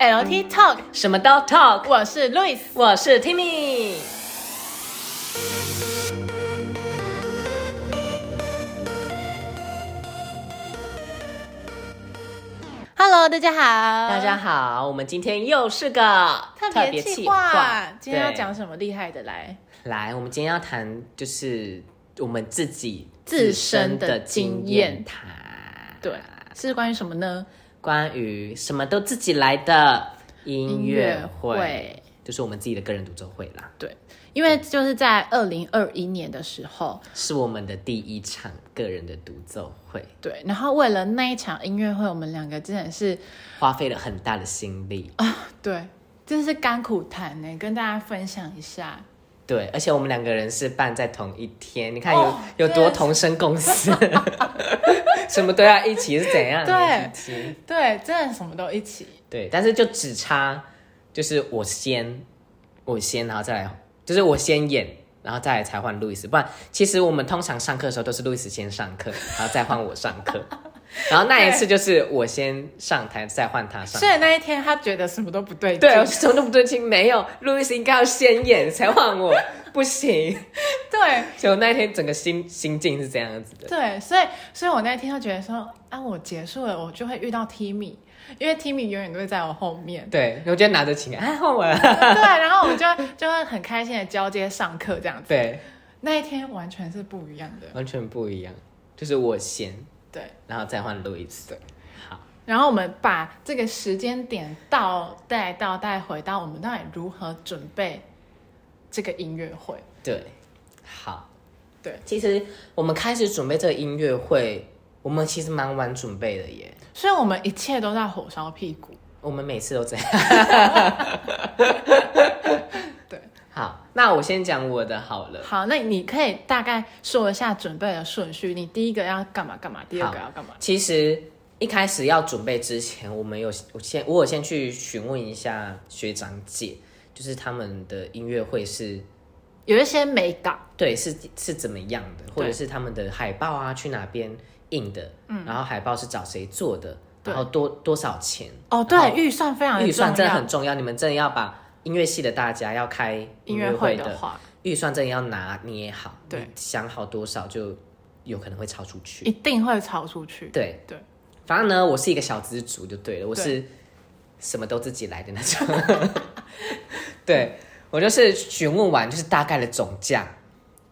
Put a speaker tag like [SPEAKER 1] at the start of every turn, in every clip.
[SPEAKER 1] LT Talk，
[SPEAKER 2] 什么都 talk，
[SPEAKER 1] 我是 Louis。
[SPEAKER 2] 我是 Timmy。
[SPEAKER 1] Hello，大家好，大
[SPEAKER 2] 大家好，我们今天又是个
[SPEAKER 1] 嗯特别气
[SPEAKER 2] 划
[SPEAKER 1] 话，今天要
[SPEAKER 2] 对
[SPEAKER 1] 讲什么厉害的来？
[SPEAKER 2] 来，我们今天要谈就是我们自己
[SPEAKER 1] 自身的经
[SPEAKER 2] 经
[SPEAKER 1] 验
[SPEAKER 2] 验谈，
[SPEAKER 1] 对，啊是关于什么呢？
[SPEAKER 2] 关于什么都自己来的音乐会，
[SPEAKER 1] 音乐会
[SPEAKER 2] 就是我们自己的个人独奏会啦，
[SPEAKER 1] 对，因为就是在二零二一年的时候，
[SPEAKER 2] 是我们的第一场个人的独奏会，
[SPEAKER 1] 对，然后为了那一场音乐会，我们两个真的是
[SPEAKER 2] 花费了很大的心力。
[SPEAKER 1] 对，真是甘苦谈呢，跟大家分享一下。
[SPEAKER 2] 对，而且我们两个人是办在同一天，你看有、
[SPEAKER 1] 哦
[SPEAKER 2] 有多
[SPEAKER 1] 对
[SPEAKER 2] 同生共死， 什么都要一起是怎样？
[SPEAKER 1] 对
[SPEAKER 2] 一起
[SPEAKER 1] 对，真的什么都一起。
[SPEAKER 2] 对，但是就只差就是我先，我先，然后再来，就是我先演，然后再来才换路易斯。不然，其实我们通常上课的时候都是路易斯先上课，然后再换我上 课。然后那一次就是我先上台，再换他上
[SPEAKER 1] 所以那一天他觉得什么都不对劲，
[SPEAKER 2] 对，我是从那么多听没有，路易斯应该要先演才换我，不行。
[SPEAKER 1] 对
[SPEAKER 2] 所以我那一天整个心心境是这样子的。。
[SPEAKER 1] 对，所以所以我那天就觉得说，啊，我结束了，我就会遇到 Timmy，因为 Timmy 永远都会在我后 面
[SPEAKER 2] 对，我就拿着琴，哎，换我了。
[SPEAKER 1] 对，然后我们就就会很开心的交接上课这样子。
[SPEAKER 2] 对，
[SPEAKER 1] 那一天完全是不一样的。
[SPEAKER 2] 完全不一样，就是我先，
[SPEAKER 1] 对，
[SPEAKER 2] 然后再换路易斯。对，好，
[SPEAKER 1] 然后我们把这个时间点倒带到带回到我们到底如何准备这个音乐会。
[SPEAKER 2] 对，好，
[SPEAKER 1] 对，
[SPEAKER 2] 其实我们开始准备这个音乐会，我们其实蛮晚准备的耶。
[SPEAKER 1] 所以我们一切都在火烧屁股。
[SPEAKER 2] 我们每次都这样。
[SPEAKER 1] 对，
[SPEAKER 2] 好，那我先讲我的好了。
[SPEAKER 1] 好，那你可以大概说一下准备的顺序，你第一个要干嘛干嘛，第二个要干嘛？
[SPEAKER 2] 其实一开始要准备之前，我们有我先我有先去询问一下学长姐，就是他们的音乐会是
[SPEAKER 1] 有一些美感，
[SPEAKER 2] 对是是怎么样的，或者是他们的海报啊去哪边印的，嗯，然后海报是找谁做的，
[SPEAKER 1] 对
[SPEAKER 2] 然后多多少钱
[SPEAKER 1] 哦，对，预算非常的
[SPEAKER 2] 预算真的
[SPEAKER 1] 重要
[SPEAKER 2] 很重要，你们真的要把音乐系的大家要开
[SPEAKER 1] 音
[SPEAKER 2] 音
[SPEAKER 1] 乐
[SPEAKER 2] 乐
[SPEAKER 1] 会
[SPEAKER 2] 会
[SPEAKER 1] 的
[SPEAKER 2] 的
[SPEAKER 1] 话，
[SPEAKER 2] 预算真的要拿捏好，
[SPEAKER 1] 对，
[SPEAKER 2] 想好多少就有可能会超出去，
[SPEAKER 1] 一定会超出去。
[SPEAKER 2] 对
[SPEAKER 1] 对，
[SPEAKER 2] 反正呢，我是一个小资族就对了，我
[SPEAKER 1] 对
[SPEAKER 2] 是什么都自己来的那种。 对我就是询问完就是大概的总价，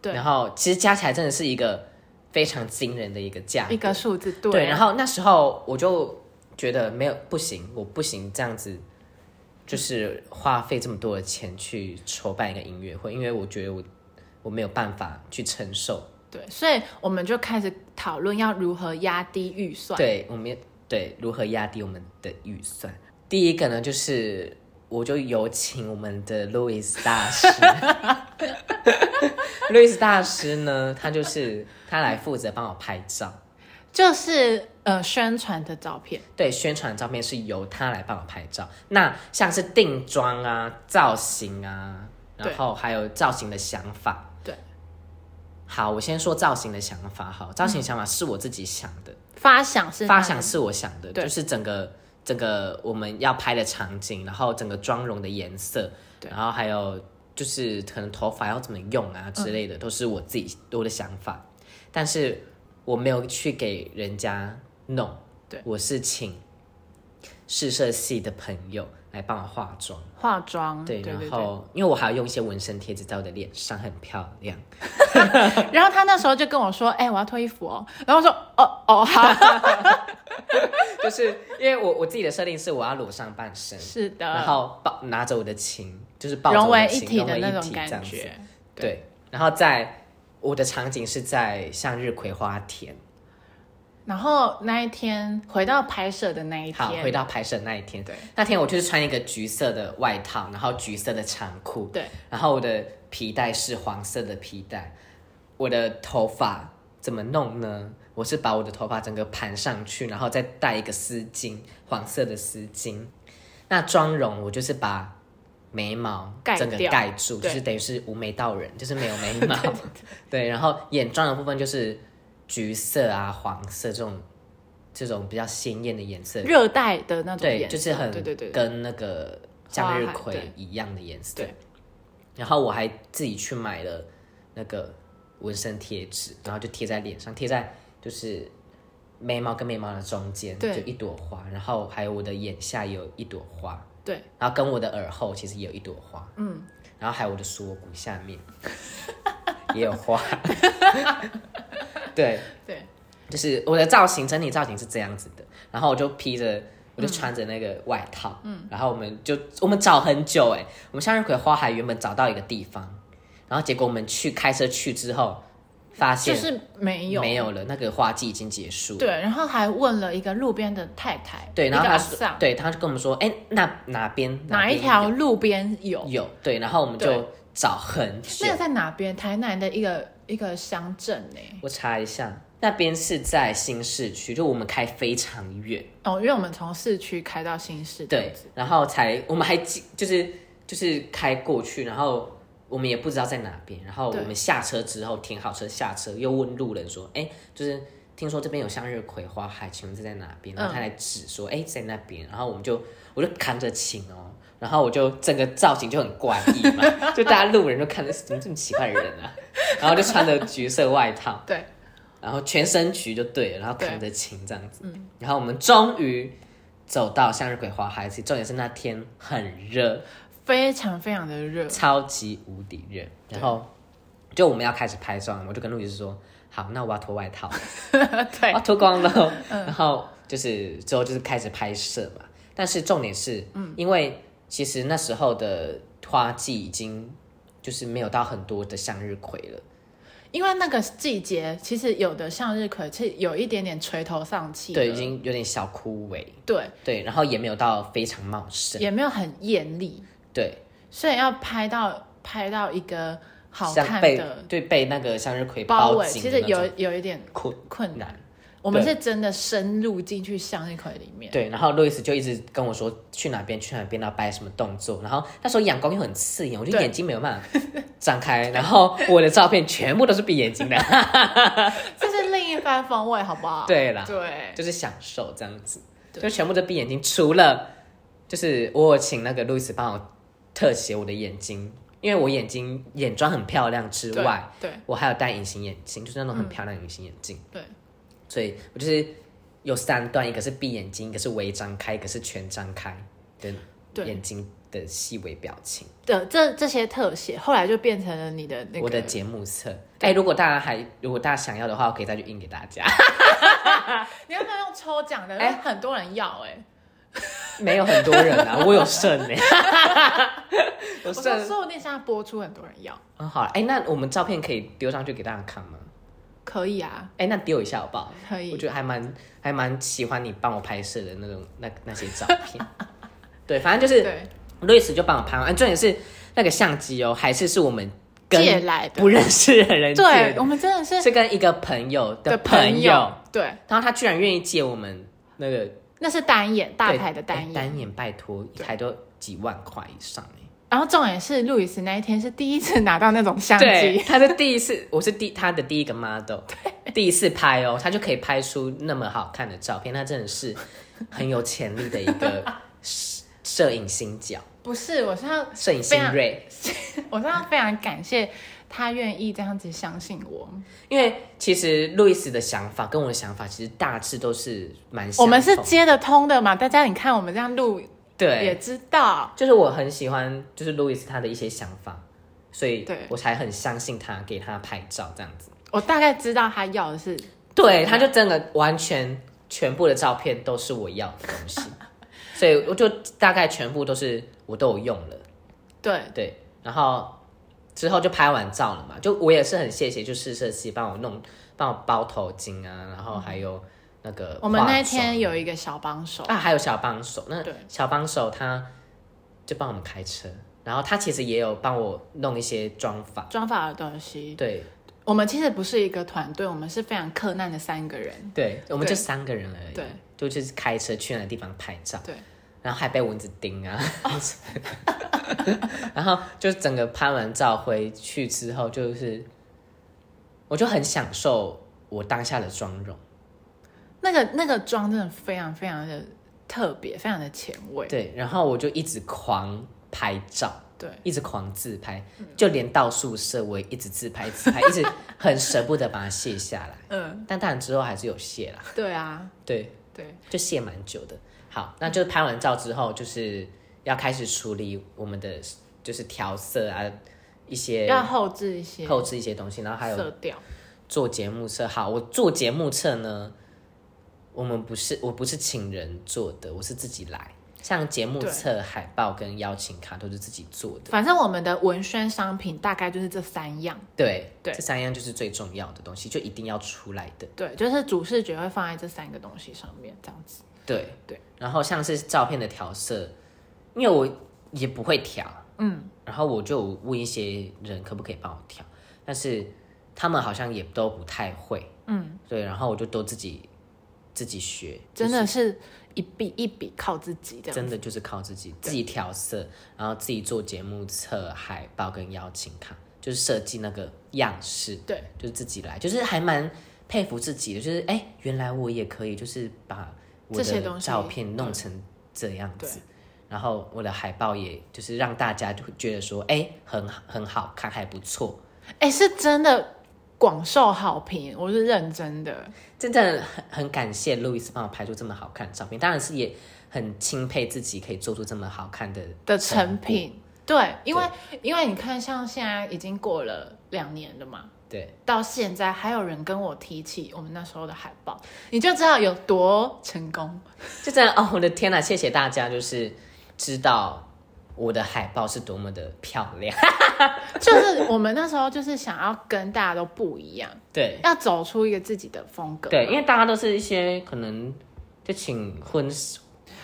[SPEAKER 1] 对
[SPEAKER 2] 然后其实加起来真的是一个非常惊人的一个价格，
[SPEAKER 1] 一个数字对，啊
[SPEAKER 2] 对然后那时候我就觉得没有不行，我不行这样子。就是花费这么多的钱去筹办一个音乐会，因为我觉得我我没有办法去承受
[SPEAKER 1] 对，所以我们就开始讨论要如何压低预算。
[SPEAKER 2] 对，我们对如何压低我们的预算。第一个呢，就是我就有请我们的路易斯大师，路易斯大师呢，他就是他来负责帮我拍照，
[SPEAKER 1] 就是呃宣传的照片，
[SPEAKER 2] 对，宣传照片是由他来帮我拍照。那像是定妆啊、造型啊，
[SPEAKER 1] 对
[SPEAKER 2] 然后还有造型的想法。
[SPEAKER 1] 对，
[SPEAKER 2] 好，我先说造型的想法。好，造型想法是我自己想的。
[SPEAKER 1] 发想是
[SPEAKER 2] 发
[SPEAKER 1] 哪
[SPEAKER 2] 想是我想的，
[SPEAKER 1] 对
[SPEAKER 2] 就是整个整个我们要拍的场景，然后整个妆容的颜色，
[SPEAKER 1] 对
[SPEAKER 2] 然后还有就是可能头发要怎么用
[SPEAKER 1] 嗯
[SPEAKER 2] 啊之类的，都是我自己我的想法，但是我没有去给人家弄，
[SPEAKER 1] 对，
[SPEAKER 2] 我是请试色系的朋友来帮我化妆。
[SPEAKER 1] 化妆，
[SPEAKER 2] 对，
[SPEAKER 1] 嗯对对
[SPEAKER 2] 然后因为我还要用一些纹身贴纸在我的脸上，很漂亮。
[SPEAKER 1] 对然后他那时候就跟我说，哎、我要脱衣服哦，然后我说，哦哦好，
[SPEAKER 2] 就是因为我我自己的设定是我要裸上半身，
[SPEAKER 1] 是
[SPEAKER 2] 然
[SPEAKER 1] 的，
[SPEAKER 2] 后抱拿着我的琴，就是抱
[SPEAKER 1] 嗯
[SPEAKER 2] 着
[SPEAKER 1] 融
[SPEAKER 2] 我
[SPEAKER 1] 为
[SPEAKER 2] 的
[SPEAKER 1] 一
[SPEAKER 2] 琴，
[SPEAKER 1] 体
[SPEAKER 2] 融
[SPEAKER 1] 的
[SPEAKER 2] 为
[SPEAKER 1] 那
[SPEAKER 2] 一
[SPEAKER 1] 种
[SPEAKER 2] 体这
[SPEAKER 1] 感
[SPEAKER 2] 样子。
[SPEAKER 1] 觉，
[SPEAKER 2] 对，然后在我的场景是在向日葵花田。
[SPEAKER 1] 然后那一天回到拍摄的那一
[SPEAKER 2] 好，
[SPEAKER 1] 天，
[SPEAKER 2] 回到拍摄那一天，
[SPEAKER 1] 对，
[SPEAKER 2] 那天我就是穿一个橘色的外套，然后橘色的长裤，
[SPEAKER 1] 对，
[SPEAKER 2] 然后我的皮带是黄色的皮带。我的头发怎么弄呢？我是把我的头发整个盘上去，然后再戴一个丝巾，黄色的丝巾。那妆容我就是把眉毛
[SPEAKER 1] 盖
[SPEAKER 2] 整个
[SPEAKER 1] 掉
[SPEAKER 2] 盖住，
[SPEAKER 1] 对
[SPEAKER 2] 就是等于是无眉道人，就是没有眉 毛。对，然后眼妆的部分就是橘色啊、黄色这种这种比较鲜艳的颜色，
[SPEAKER 1] 热带的那种
[SPEAKER 2] 对，
[SPEAKER 1] 颜色，
[SPEAKER 2] 就是很
[SPEAKER 1] 对对对，
[SPEAKER 2] 跟那个向日
[SPEAKER 1] 花海
[SPEAKER 2] 葵
[SPEAKER 1] 对
[SPEAKER 2] 一样的颜色。
[SPEAKER 1] 对，
[SPEAKER 2] 然后我还自己去买了那个纹身贴纸，然后就贴在脸上，贴在就是眉毛跟眉毛的中间，就
[SPEAKER 1] 对
[SPEAKER 2] 一朵花，然后还有我的眼下也有一朵花，
[SPEAKER 1] 对，
[SPEAKER 2] 然后跟我的耳后其实也有一朵花，
[SPEAKER 1] 嗯，
[SPEAKER 2] 然后还有我的锁骨下面 也有花， 对，
[SPEAKER 1] 对，
[SPEAKER 2] 就是我的造型，整体造型是这样子的。然后我就披着，我
[SPEAKER 1] 嗯
[SPEAKER 2] 就穿着那个外套，嗯，然后我们就我们找很久、欸，我们向日葵花海原本找到一个地方，然后结果我们去开车去之后，发现
[SPEAKER 1] 就是没有
[SPEAKER 2] 没有了，那个花季已经结束了。
[SPEAKER 1] 对，然后还问了一个路边的太太，
[SPEAKER 2] 对，
[SPEAKER 1] 一
[SPEAKER 2] 然后
[SPEAKER 1] 个
[SPEAKER 2] 他
[SPEAKER 1] 阿
[SPEAKER 2] 说，
[SPEAKER 1] 桑
[SPEAKER 2] 对，他就跟我们说，哎、那哪边
[SPEAKER 1] 哪一
[SPEAKER 2] 边
[SPEAKER 1] 条路边有？
[SPEAKER 2] 有有？对，然后我们
[SPEAKER 1] 对
[SPEAKER 2] 就找很久
[SPEAKER 1] 那。个在哪边？台南的一个一个乡镇呢？
[SPEAKER 2] 我查一下，那边是在新市区，就我们开非常远。
[SPEAKER 1] 哦，因为我们从市区开到新市，这
[SPEAKER 2] 对
[SPEAKER 1] 样子，
[SPEAKER 2] 然后才我们还记就是就是开过去，然后我们也不知道在哪边，然后
[SPEAKER 1] 对
[SPEAKER 2] 我们下车之后停好车下车，又问路人说，哎，就是听说这边有向日葵花海，请问是在哪边？然后他来指说，哎、在那边，
[SPEAKER 1] 嗯
[SPEAKER 2] 然后我们就我就扛着琴哦。然后我就整个造型就很怪异嘛，就大家路人都看着怎么这么奇怪的人啊，然后就穿着橘色外套，
[SPEAKER 1] 对，
[SPEAKER 2] 然后全身橘就对了，然后
[SPEAKER 1] 对嗯
[SPEAKER 2] 扛着琴这样子。然后我们终于走到向日葵花海，其实重点是那天很热，
[SPEAKER 1] 非常非常的热，
[SPEAKER 2] 超级无敌热。然后就我们要开始拍照了，我就跟路易斯说：“好，那我要脱外套，我
[SPEAKER 1] 对嗯
[SPEAKER 2] 要脱 光了。然后就是之后就是开始拍摄嘛。但是重点是，
[SPEAKER 1] 嗯
[SPEAKER 2] 因为其实那时候的花季已经就是没有到很多的向日葵了。
[SPEAKER 1] 因为那个季节，其实有的向日葵是有一点点垂头丧气的，
[SPEAKER 2] 对，已经有点小枯萎，
[SPEAKER 1] 对，
[SPEAKER 2] 对，然后也没有到非常茂盛，
[SPEAKER 1] 也没有很艳丽，
[SPEAKER 2] 对，
[SPEAKER 1] 所以要拍到拍到一个好
[SPEAKER 2] 像
[SPEAKER 1] 看
[SPEAKER 2] 被
[SPEAKER 1] 的
[SPEAKER 2] 对被那个向日葵
[SPEAKER 1] 包
[SPEAKER 2] 包
[SPEAKER 1] 围，
[SPEAKER 2] 紧
[SPEAKER 1] 其
[SPEAKER 2] 的
[SPEAKER 1] 实
[SPEAKER 2] 那
[SPEAKER 1] 有
[SPEAKER 2] 种
[SPEAKER 1] 有一点
[SPEAKER 2] 困
[SPEAKER 1] 困难。
[SPEAKER 2] 难。
[SPEAKER 1] 我们是真的深入进去向日葵里面，
[SPEAKER 2] 对，然后路易斯就一直跟我说去哪边去哪边，要摆什么动作。然后那时候阳光又很刺眼，我就
[SPEAKER 1] 对
[SPEAKER 2] 眼睛没有办法张开。然后我的照片全部都是闭眼睛的。
[SPEAKER 1] 这是另一番风味，好不好？
[SPEAKER 2] 对啦，
[SPEAKER 1] 对
[SPEAKER 2] 就是享受这样子，
[SPEAKER 1] 对
[SPEAKER 2] 就全部都闭眼睛，除了就是我有请那个路易斯帮我特写我的眼睛，因为我眼睛眼妆很漂亮之
[SPEAKER 1] 对嗯
[SPEAKER 2] 外，
[SPEAKER 1] 对
[SPEAKER 2] 我还有戴隐形眼镜，就是那种很漂亮的隐形眼镜。
[SPEAKER 1] 对
[SPEAKER 2] 所以我就是有三段，一个是闭眼睛，一个是微张开，一个是全张开的
[SPEAKER 1] 对
[SPEAKER 2] 眼睛的细微表情。
[SPEAKER 1] 的这这些特写，后来就变成了你的那个
[SPEAKER 2] 我的节目册，哎、如果大家还如果大家想要的话，我可以再去印给大家。
[SPEAKER 1] 你要不要用抽奖的？
[SPEAKER 2] 哎
[SPEAKER 1] 哎，很多人要哎、
[SPEAKER 2] 没有很多人啊，我有剩呢、 我
[SPEAKER 1] 我说
[SPEAKER 2] 剩。
[SPEAKER 1] 说不定现在播出很多人要，
[SPEAKER 2] 嗯，好了，哎、那我们照片可以丢上去给大家看吗？
[SPEAKER 1] 可以啊，
[SPEAKER 2] 哎、那丢一下好不好？
[SPEAKER 1] 可以
[SPEAKER 2] 我觉得还蛮还蛮喜欢你帮我拍摄的那种那那些照片。 对，反正就是
[SPEAKER 1] 对，
[SPEAKER 2] 瑞斯就帮我拍完，哎重点是那个相机哦，还是是我们跟
[SPEAKER 1] 借来的
[SPEAKER 2] 不认识的人借
[SPEAKER 1] 对我
[SPEAKER 2] 的，
[SPEAKER 1] 们真的是
[SPEAKER 2] 是跟一个朋友的
[SPEAKER 1] 的
[SPEAKER 2] 朋友，
[SPEAKER 1] 朋友，对，
[SPEAKER 2] 然后他居然愿意借我们那个
[SPEAKER 1] 那是单眼大
[SPEAKER 2] 对
[SPEAKER 1] 牌的单
[SPEAKER 2] 哎
[SPEAKER 1] 眼，
[SPEAKER 2] 单眼，拜托一台都几万块以上哎。
[SPEAKER 1] 然后重点是路易斯那一天是第一次拿到那种相
[SPEAKER 2] 对，
[SPEAKER 1] 机，
[SPEAKER 2] 他是第一次，我是第他的第一个 model，第一次拍哦，他就可以拍出那么好看的照片，那真的是很有潜力的一个摄摄影新角，
[SPEAKER 1] 不是，我是要
[SPEAKER 2] 摄影新锐。
[SPEAKER 1] 我真的非常感谢他愿意这样子相信我，
[SPEAKER 2] 因为其实路易斯的想法跟我的想法其实大致都是蛮相
[SPEAKER 1] 我们是
[SPEAKER 2] 同的
[SPEAKER 1] 接得通的嘛，大家你看我们这样录也
[SPEAKER 2] 对，
[SPEAKER 1] 知道，
[SPEAKER 2] 就是我很喜欢就是路易斯他的一些想法，所以
[SPEAKER 1] 对
[SPEAKER 2] 我才很相信他，给他拍照这样子。
[SPEAKER 1] 我大概知道他要的是
[SPEAKER 2] 对，他就真的完全全部的照片都是我要的东西，所以我就大概全部都是我都有用了。
[SPEAKER 1] 对
[SPEAKER 2] 对，然后之后就拍完照了嘛，就我也是很谢谢，就试色系帮我弄，帮我包头巾啊，然后还有那个
[SPEAKER 1] 嗯我们
[SPEAKER 2] 化
[SPEAKER 1] 那一
[SPEAKER 2] 妆
[SPEAKER 1] 天有一个小帮手，
[SPEAKER 2] 啊，还有小帮手，那
[SPEAKER 1] 对
[SPEAKER 2] 小帮手他就帮我们开车，然后他其实也有帮我弄一些妆法，
[SPEAKER 1] 妆发的东西。
[SPEAKER 2] 对
[SPEAKER 1] 我们其实不是一个团队，我们是非常克难的三个人。
[SPEAKER 2] 对，我们
[SPEAKER 1] 嗯
[SPEAKER 2] 就
[SPEAKER 1] 对
[SPEAKER 2] 三个人而已，
[SPEAKER 1] 对，
[SPEAKER 2] 就就是开车去那个地方拍照，
[SPEAKER 1] 对，
[SPEAKER 2] 然后还被蚊子叮啊，
[SPEAKER 1] 哦
[SPEAKER 2] 然后就整个拍完照回去之后，就是我就很享受我当下的妆容，
[SPEAKER 1] 那个那个妆真的非常非常的特别，非常的前卫。
[SPEAKER 2] 对，然后我就一直狂拍照，
[SPEAKER 1] 对
[SPEAKER 2] 一直狂自拍，就连到宿舍我也一直自拍自拍，一直很舍不得把它卸下来。
[SPEAKER 1] 嗯，
[SPEAKER 2] 但当然之后还是有卸啦，
[SPEAKER 1] 对啊，
[SPEAKER 2] 对，
[SPEAKER 1] 对，
[SPEAKER 2] 就卸蛮久的。好，那就拍完照之后，就是要开始处理我们的就是调色啊，一些
[SPEAKER 1] 要后置一些
[SPEAKER 2] 后置一些东西，然后还有
[SPEAKER 1] 色调，
[SPEAKER 2] 做节目册。好，我做节目册呢，我们不是我不是请人做的，我是自己来。像节目册、海报跟邀请卡都是自己做的。
[SPEAKER 1] 反正我们的文宣商品大概就是这三样。
[SPEAKER 2] 对，
[SPEAKER 1] 对
[SPEAKER 2] 这三样就是最重要的东西，就一定要出来的。
[SPEAKER 1] 对，就是主视觉会放在这三个东西上面，这样子。
[SPEAKER 2] 对
[SPEAKER 1] 对。
[SPEAKER 2] 然后像是照片的调色，因为我也不会调，嗯，然后我就问一些人可不可以帮我调，但是他们好像也都不太会，嗯，对，然后我就都自己自己学，
[SPEAKER 1] 真的是一笔一笔靠自己这样。
[SPEAKER 2] 真的就是靠自己，自己调色，然后自己做节目册、海报跟邀请卡，就是设计那个样式，
[SPEAKER 1] 对，
[SPEAKER 2] 就是自己来，就是还蛮佩服自己的，就是哎、原来我也可以，就是把我
[SPEAKER 1] 这些
[SPEAKER 2] 的
[SPEAKER 1] 东西
[SPEAKER 2] 照片弄成这样子
[SPEAKER 1] 对，
[SPEAKER 2] 然后我的海报也就是让大家就会觉得说，哎、很很好看，还不错，
[SPEAKER 1] 哎、是真的广受好评，我是认真的。
[SPEAKER 2] 真的很很感谢路易斯帮我拍出这么好看的照片，当然是也很钦佩自己可以做出这么好看的
[SPEAKER 1] 的
[SPEAKER 2] 成
[SPEAKER 1] 成
[SPEAKER 2] 果，
[SPEAKER 1] 品。对，因为因为你看，像现在已经过了两年了嘛，
[SPEAKER 2] 对。
[SPEAKER 1] 到现在还有人跟我提起我们那时候的海报，你就知道有多成功。
[SPEAKER 2] 就这样哦，我的天呐，谢谢大家，就是知道我的海报是多么的漂亮。
[SPEAKER 1] 就是我们那时候就是想要跟大家都不一样，
[SPEAKER 2] 对
[SPEAKER 1] 要走出一个自己的风格。
[SPEAKER 2] 对，因为大家都是一些可能就请婚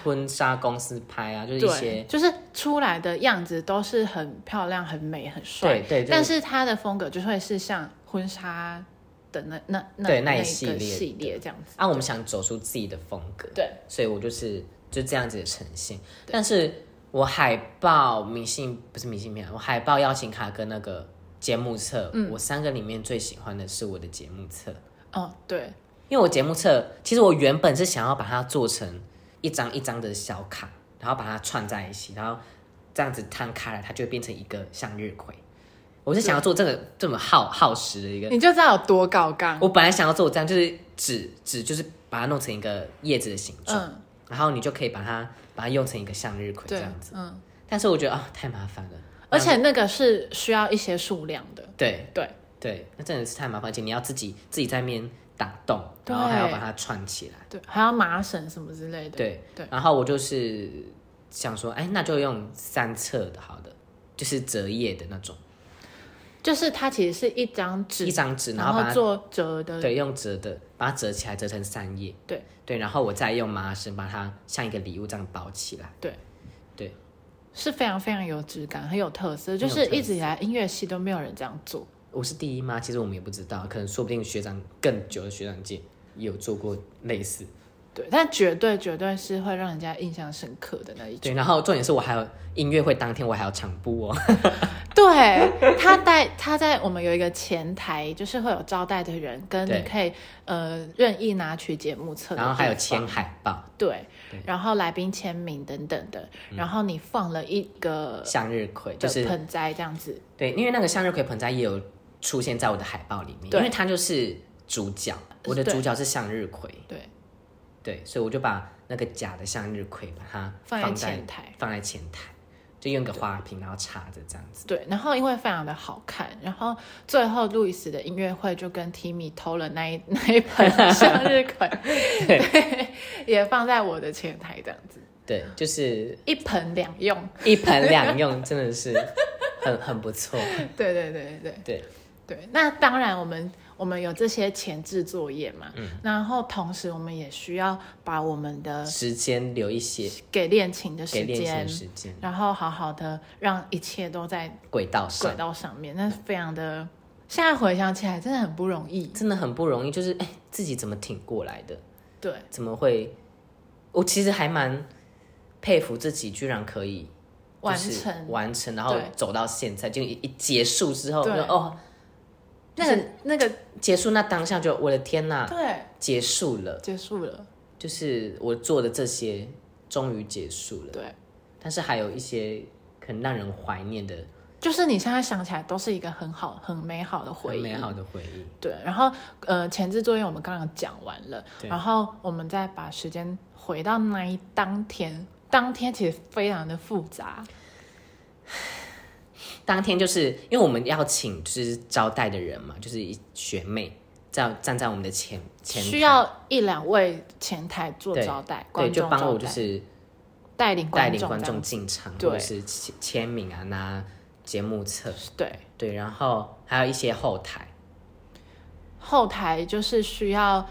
[SPEAKER 2] 婚纱公司拍啊，就是一
[SPEAKER 1] 对，
[SPEAKER 2] 些
[SPEAKER 1] 就是出来的样子都是很漂亮、很美、很帅。
[SPEAKER 2] 对对对
[SPEAKER 1] 但是它的风格就会是像婚纱的那那那
[SPEAKER 2] 对那
[SPEAKER 1] 那
[SPEAKER 2] 一
[SPEAKER 1] 个
[SPEAKER 2] 系列的
[SPEAKER 1] 系列这样子。
[SPEAKER 2] 啊，我们想走出自己的风格，
[SPEAKER 1] 对，
[SPEAKER 2] 所以我就是就这样子的呈现。但是我海报、明信不是明信片啊，我海报、邀请卡跟那个节目册，
[SPEAKER 1] 嗯
[SPEAKER 2] 我三个里面最喜欢的是我的节目册。
[SPEAKER 1] 哦，对，
[SPEAKER 2] 因为我节目册，其实我原本是想要把它做成一张一张的小卡，然后把它串在一起，然后这样子摊开来，它就会变成一个向日葵。我是想要做这个这么耗耗时的一个，哦
[SPEAKER 1] 你就知道有多高刚。
[SPEAKER 2] 我本来想要做这样，就是纸纸就是把它弄成一个叶子的形状，
[SPEAKER 1] 嗯，
[SPEAKER 2] 然后你就可以把它把它用成一个向日葵这
[SPEAKER 1] 对
[SPEAKER 2] 样子。，
[SPEAKER 1] 嗯，
[SPEAKER 2] 但是我觉得啊、太麻烦了，
[SPEAKER 1] 而且那个是需要一些数量的，
[SPEAKER 2] 对
[SPEAKER 1] 对
[SPEAKER 2] 对，那真的是太麻烦，而且你要自己自己在面打洞，
[SPEAKER 1] 对
[SPEAKER 2] 然后还要把它串起来。
[SPEAKER 1] 对，还要麻绳什么之类的，
[SPEAKER 2] 对
[SPEAKER 1] 对
[SPEAKER 2] 然后我就是想说，哎，那就用三册的，好的，就是折页的那种，
[SPEAKER 1] 就是它其实是一张纸，
[SPEAKER 2] 一张纸，然
[SPEAKER 1] 然
[SPEAKER 2] 后把
[SPEAKER 1] 后
[SPEAKER 2] 它
[SPEAKER 1] 做折的，
[SPEAKER 2] 对用折的，把它折起来，折成三页。
[SPEAKER 1] 对
[SPEAKER 2] 对，然后我再用麻绳把它像一个礼物这样包起来。
[SPEAKER 1] 对
[SPEAKER 2] 对，
[SPEAKER 1] 是非常非常有质感，很有特色，
[SPEAKER 2] 很有
[SPEAKER 1] 就是
[SPEAKER 2] 特
[SPEAKER 1] 一直以来音乐系都没有人这样做，
[SPEAKER 2] 我是第一吗？其实我们也不知道，可能说不定学长更久的学长界也有做过类似。
[SPEAKER 1] 对，但绝对绝对是会让人家印象深刻的那一种。
[SPEAKER 2] 对，然后重点是我还有音乐会当天我还有场布哦。
[SPEAKER 1] 对，他在他在我们有一个前台，就是会有招待的人，跟
[SPEAKER 2] 对
[SPEAKER 1] 你可以呃任意拿取节目册的地
[SPEAKER 2] 然
[SPEAKER 1] 方，
[SPEAKER 2] 后还有签海报、
[SPEAKER 1] 对
[SPEAKER 2] 对，
[SPEAKER 1] 然后来宾签名等等的，然后你放了一个
[SPEAKER 2] 向日葵，就
[SPEAKER 1] 呃的
[SPEAKER 2] 是
[SPEAKER 1] 盆栽这样子，
[SPEAKER 2] 对，因为那个向日葵盆栽也有出现在我的海报里面，
[SPEAKER 1] 对
[SPEAKER 2] 因为它就是主角，我的主角是向日葵，
[SPEAKER 1] 对，
[SPEAKER 2] 对，所以我就把那个假的向日葵把它
[SPEAKER 1] 放在
[SPEAKER 2] 在
[SPEAKER 1] 前台，
[SPEAKER 2] 放在前台，就用个花瓶然后插着这样子。
[SPEAKER 1] 对，然后因为非常的好看，然后最后路易斯的音乐会就跟 Timmy 偷了那一 那一盆向日 葵，对，也放在我的前台这样子，
[SPEAKER 2] 对，就是
[SPEAKER 1] 一盆两用，
[SPEAKER 2] 一盆两用，真的是很很不错。
[SPEAKER 1] 对对对对对
[SPEAKER 2] 对，
[SPEAKER 1] 对，那当然我们。我们有这些前置作业嘛，然后同时我们也需要把我们的
[SPEAKER 2] 时间留一些
[SPEAKER 1] 给恋情的
[SPEAKER 2] 给
[SPEAKER 1] 时
[SPEAKER 2] 练习
[SPEAKER 1] 呃间
[SPEAKER 2] 的时间，
[SPEAKER 1] 然后好好的让一切都在
[SPEAKER 2] 轨道
[SPEAKER 1] 轨
[SPEAKER 2] 上
[SPEAKER 1] 道上面，那非常的，现在回想起来真的很不容易。
[SPEAKER 2] 真的很不容易，就是哎、自己怎么挺过来的？
[SPEAKER 1] 对，
[SPEAKER 2] 怎么会？我其实还蛮佩服自己，居然可以
[SPEAKER 1] 完
[SPEAKER 2] 就是
[SPEAKER 1] 成
[SPEAKER 2] 完成，然后
[SPEAKER 1] 对
[SPEAKER 2] 走到现在，就一一结束之后，
[SPEAKER 1] 对
[SPEAKER 2] 就哦，啊
[SPEAKER 1] 那个那个
[SPEAKER 2] 结束那当下就我的天呐，
[SPEAKER 1] 对，
[SPEAKER 2] 结束了，
[SPEAKER 1] 结束了，
[SPEAKER 2] 就是我做的这些终于结束了，
[SPEAKER 1] 对，
[SPEAKER 2] 但是还有一些很让人怀念的、
[SPEAKER 1] 就是你现在想起来都是一个很好、很美好的回
[SPEAKER 2] 很
[SPEAKER 1] 忆，
[SPEAKER 2] 美好的回忆。
[SPEAKER 1] 对，然后呃，前置作业我们刚刚讲完了，
[SPEAKER 2] 对
[SPEAKER 1] 然后我们再把时间回到那一当天，当天其实非常的复杂，
[SPEAKER 2] 当天就是因为我们要请就是招待的人嘛，就是一学妹站站在我们的前前台
[SPEAKER 1] 需要一两位前台做
[SPEAKER 2] 对
[SPEAKER 1] 招待，
[SPEAKER 2] 对
[SPEAKER 1] 观
[SPEAKER 2] 就
[SPEAKER 1] 众
[SPEAKER 2] 帮我
[SPEAKER 1] 招
[SPEAKER 2] 就
[SPEAKER 1] 待，
[SPEAKER 2] 是
[SPEAKER 1] 带领
[SPEAKER 2] 带
[SPEAKER 1] 观
[SPEAKER 2] 领
[SPEAKER 1] 众
[SPEAKER 2] 观
[SPEAKER 1] 这样
[SPEAKER 2] 众
[SPEAKER 1] 子，
[SPEAKER 2] 进场，
[SPEAKER 1] 对
[SPEAKER 2] 或者是签签名啊，拿节目册，
[SPEAKER 1] 对，
[SPEAKER 2] 对，然后还有一些后台，
[SPEAKER 1] 后台就是需要，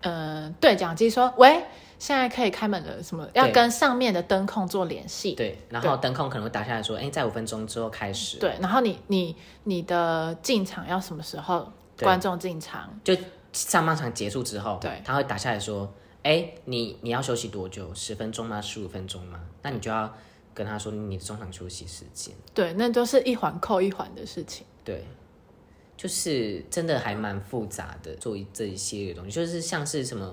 [SPEAKER 1] 呃，对讲机说喂，现在可以开门了，什么要
[SPEAKER 2] 对
[SPEAKER 1] 跟上面的灯控做联系，
[SPEAKER 2] 对，然后灯控可能会打下来说，哎，在五分钟之后开始，
[SPEAKER 1] 对，然后你你你的进场要什么时候？
[SPEAKER 2] 对
[SPEAKER 1] 观众进场，
[SPEAKER 2] 就上半场结束之后，
[SPEAKER 1] 对
[SPEAKER 2] 他会打下来说，哎，你你要休息多久？十分钟吗？十五分钟吗？那你就要跟他说你的中场休息时间。
[SPEAKER 1] 对，那都是一环扣一环的事情。
[SPEAKER 2] 对，就是真的还蛮复杂的，做一这一系列的东西，就是像是什么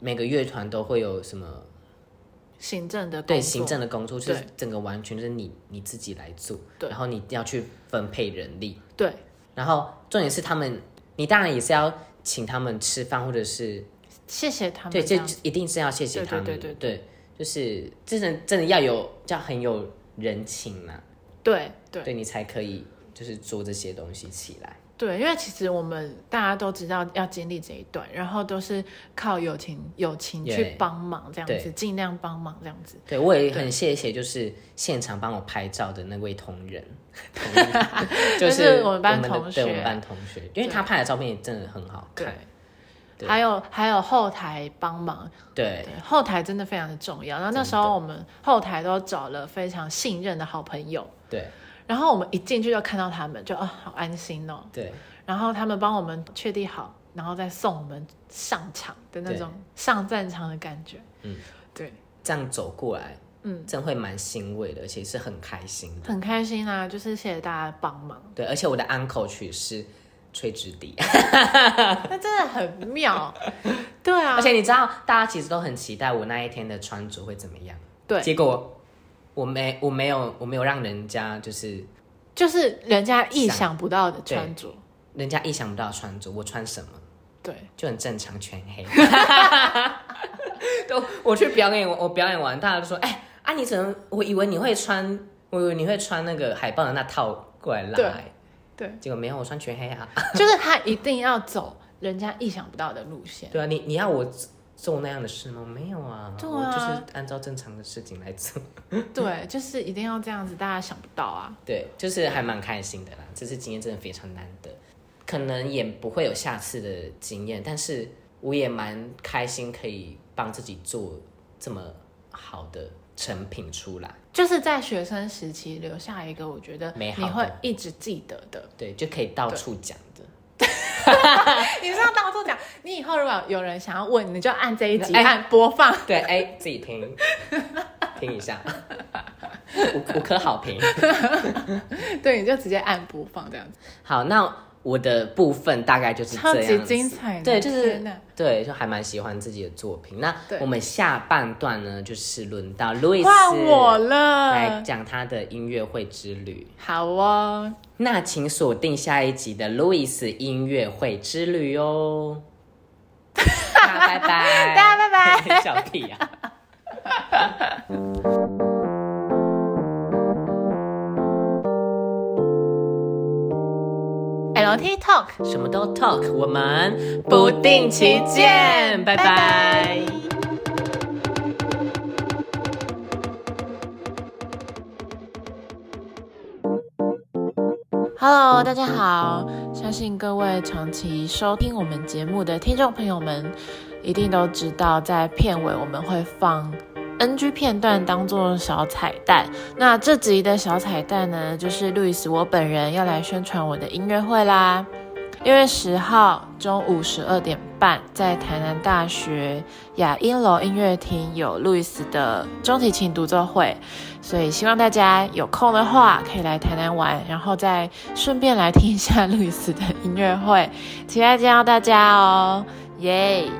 [SPEAKER 2] 每个乐团都会有什么
[SPEAKER 1] 行政的
[SPEAKER 2] 对
[SPEAKER 1] 工作
[SPEAKER 2] 行政的工作，就是
[SPEAKER 1] 对
[SPEAKER 2] 整个完全就是你你自己来做，
[SPEAKER 1] 对
[SPEAKER 2] 然后你要去分配人力，
[SPEAKER 1] 对
[SPEAKER 2] 然后重点是他们，你当然也是要请他们吃饭，或者是
[SPEAKER 1] 谢谢他们
[SPEAKER 2] 对，
[SPEAKER 1] 这
[SPEAKER 2] 这
[SPEAKER 1] 样
[SPEAKER 2] 一定是要谢谢
[SPEAKER 1] 对对
[SPEAKER 2] 他们，
[SPEAKER 1] 对对
[SPEAKER 2] 对就是真的真的要有要很有人情嘛，
[SPEAKER 1] 对对
[SPEAKER 2] 对你才可以就是做这些东西起来。
[SPEAKER 1] 对，因为其实我们大家都知道要经历这一段，然后都是靠友情友情去
[SPEAKER 2] 对
[SPEAKER 1] 帮忙这样子，
[SPEAKER 2] 对
[SPEAKER 1] 尽量帮忙这样子。
[SPEAKER 2] 对，我也很谢谢，就是现场帮我拍照的那位同仁，同 仁
[SPEAKER 1] 就
[SPEAKER 2] 就是是
[SPEAKER 1] 我们班
[SPEAKER 2] 的
[SPEAKER 1] 同学
[SPEAKER 2] 对我们班同学，因为他拍的照片也真的很好看。对
[SPEAKER 1] 还有还有后台帮忙，
[SPEAKER 2] 对
[SPEAKER 1] 对后台真的非常的重要。然后那时
[SPEAKER 2] 真
[SPEAKER 1] 候
[SPEAKER 2] 的
[SPEAKER 1] 我们后台都找了非常信任的好朋友，
[SPEAKER 2] 对
[SPEAKER 1] 然后我们一进去就看到他们，就啊、好安心哦。
[SPEAKER 2] 对
[SPEAKER 1] 然后他们帮我们确定好，然后再送我们上场的那
[SPEAKER 2] 对
[SPEAKER 1] 种上战场的感觉。
[SPEAKER 2] 嗯，
[SPEAKER 1] 对，
[SPEAKER 2] 这样走过来，
[SPEAKER 1] 嗯，
[SPEAKER 2] 真会蛮欣慰的，而且是很开心的。
[SPEAKER 1] 很开心啊，就是谢谢大家帮忙，
[SPEAKER 2] 对，而且我的 uncle 曲是吹直笛，
[SPEAKER 1] 啊那真的很妙。对啊，
[SPEAKER 2] 而且你知道，大家其实都很期待我那一天的穿着会怎么样。
[SPEAKER 1] 对，
[SPEAKER 2] 结果我没我没有我没有让人家就是
[SPEAKER 1] 就是人家意想不到的穿着，
[SPEAKER 2] 人家意想不到的穿着，我穿什么。
[SPEAKER 1] 对，
[SPEAKER 2] 就很正常，全黑。 都我去表演，我我表演完，大家都说：“哎、啊，你怎么？我以为你会穿，我以为你会穿那个海报的那套过来拉、
[SPEAKER 1] 对
[SPEAKER 2] 哎
[SPEAKER 1] 对
[SPEAKER 2] 结果没有，我穿全黑啊。
[SPEAKER 1] 就是他一定要走人家意想不到的路线。
[SPEAKER 2] 对啊，你你要我做那样的事吗？没有啊，
[SPEAKER 1] 对啊
[SPEAKER 2] 我就是按照正常的事情来做。
[SPEAKER 1] 对，就是一定要这样子，大家想不到啊。
[SPEAKER 2] 对，就是还蛮开心的啦。这次经验真的非常难得，可能也不会有下次的经验，但是我也蛮开心，可以帮自己做这么好的成品出来。
[SPEAKER 1] 就是在学生时期留下一个，我觉得
[SPEAKER 2] 美
[SPEAKER 1] 你
[SPEAKER 2] 好的
[SPEAKER 1] 会一直记得的。
[SPEAKER 2] 对，就可以到处讲的。
[SPEAKER 1] 你是要到处讲，你以后如果有人想要问，你就按这一集、
[SPEAKER 2] 哎
[SPEAKER 1] 按播放。
[SPEAKER 2] 对，哎、自己听， 听一下，五五颗好评。
[SPEAKER 1] 对，你就直接按播放这样子，
[SPEAKER 2] 好，那我的部分大概就是
[SPEAKER 1] 超
[SPEAKER 2] 这
[SPEAKER 1] 级
[SPEAKER 2] 样
[SPEAKER 1] 精
[SPEAKER 2] 子。
[SPEAKER 1] 彩的。
[SPEAKER 2] 对，就是
[SPEAKER 1] 天哪
[SPEAKER 2] 对，就还蛮喜欢自己的作品。那
[SPEAKER 1] 对
[SPEAKER 2] 我们下半段呢，就是轮到 Louis
[SPEAKER 1] 换我
[SPEAKER 2] 来
[SPEAKER 1] 了，
[SPEAKER 2] 讲他的音乐会之旅。
[SPEAKER 1] 好哦，
[SPEAKER 2] 那请锁定下一集的 Louis 音乐会之旅哦。那拜
[SPEAKER 1] 大
[SPEAKER 2] 拜，
[SPEAKER 1] 家拜拜。
[SPEAKER 2] 拜， 小屁啊呀、
[SPEAKER 1] LT Talk，
[SPEAKER 2] 什么都 talk，我们不定期见，拜拜。
[SPEAKER 1] Hello，大家好！相信各位长期收听我们节目的听众朋友们，一定都知道，在片尾我们会放 NG 片段当做小彩蛋。那这集的小彩蛋呢，就是路易斯我本人要来宣传我的音乐会啦。六月十号中午十二点半，在台南大学雅音楼音乐厅有路易斯的中提琴独奏会，所以希望大家有空的话可以来台南玩，然后再顺便来听一下路易斯的音乐会，期待见到大家哦，耶、耶、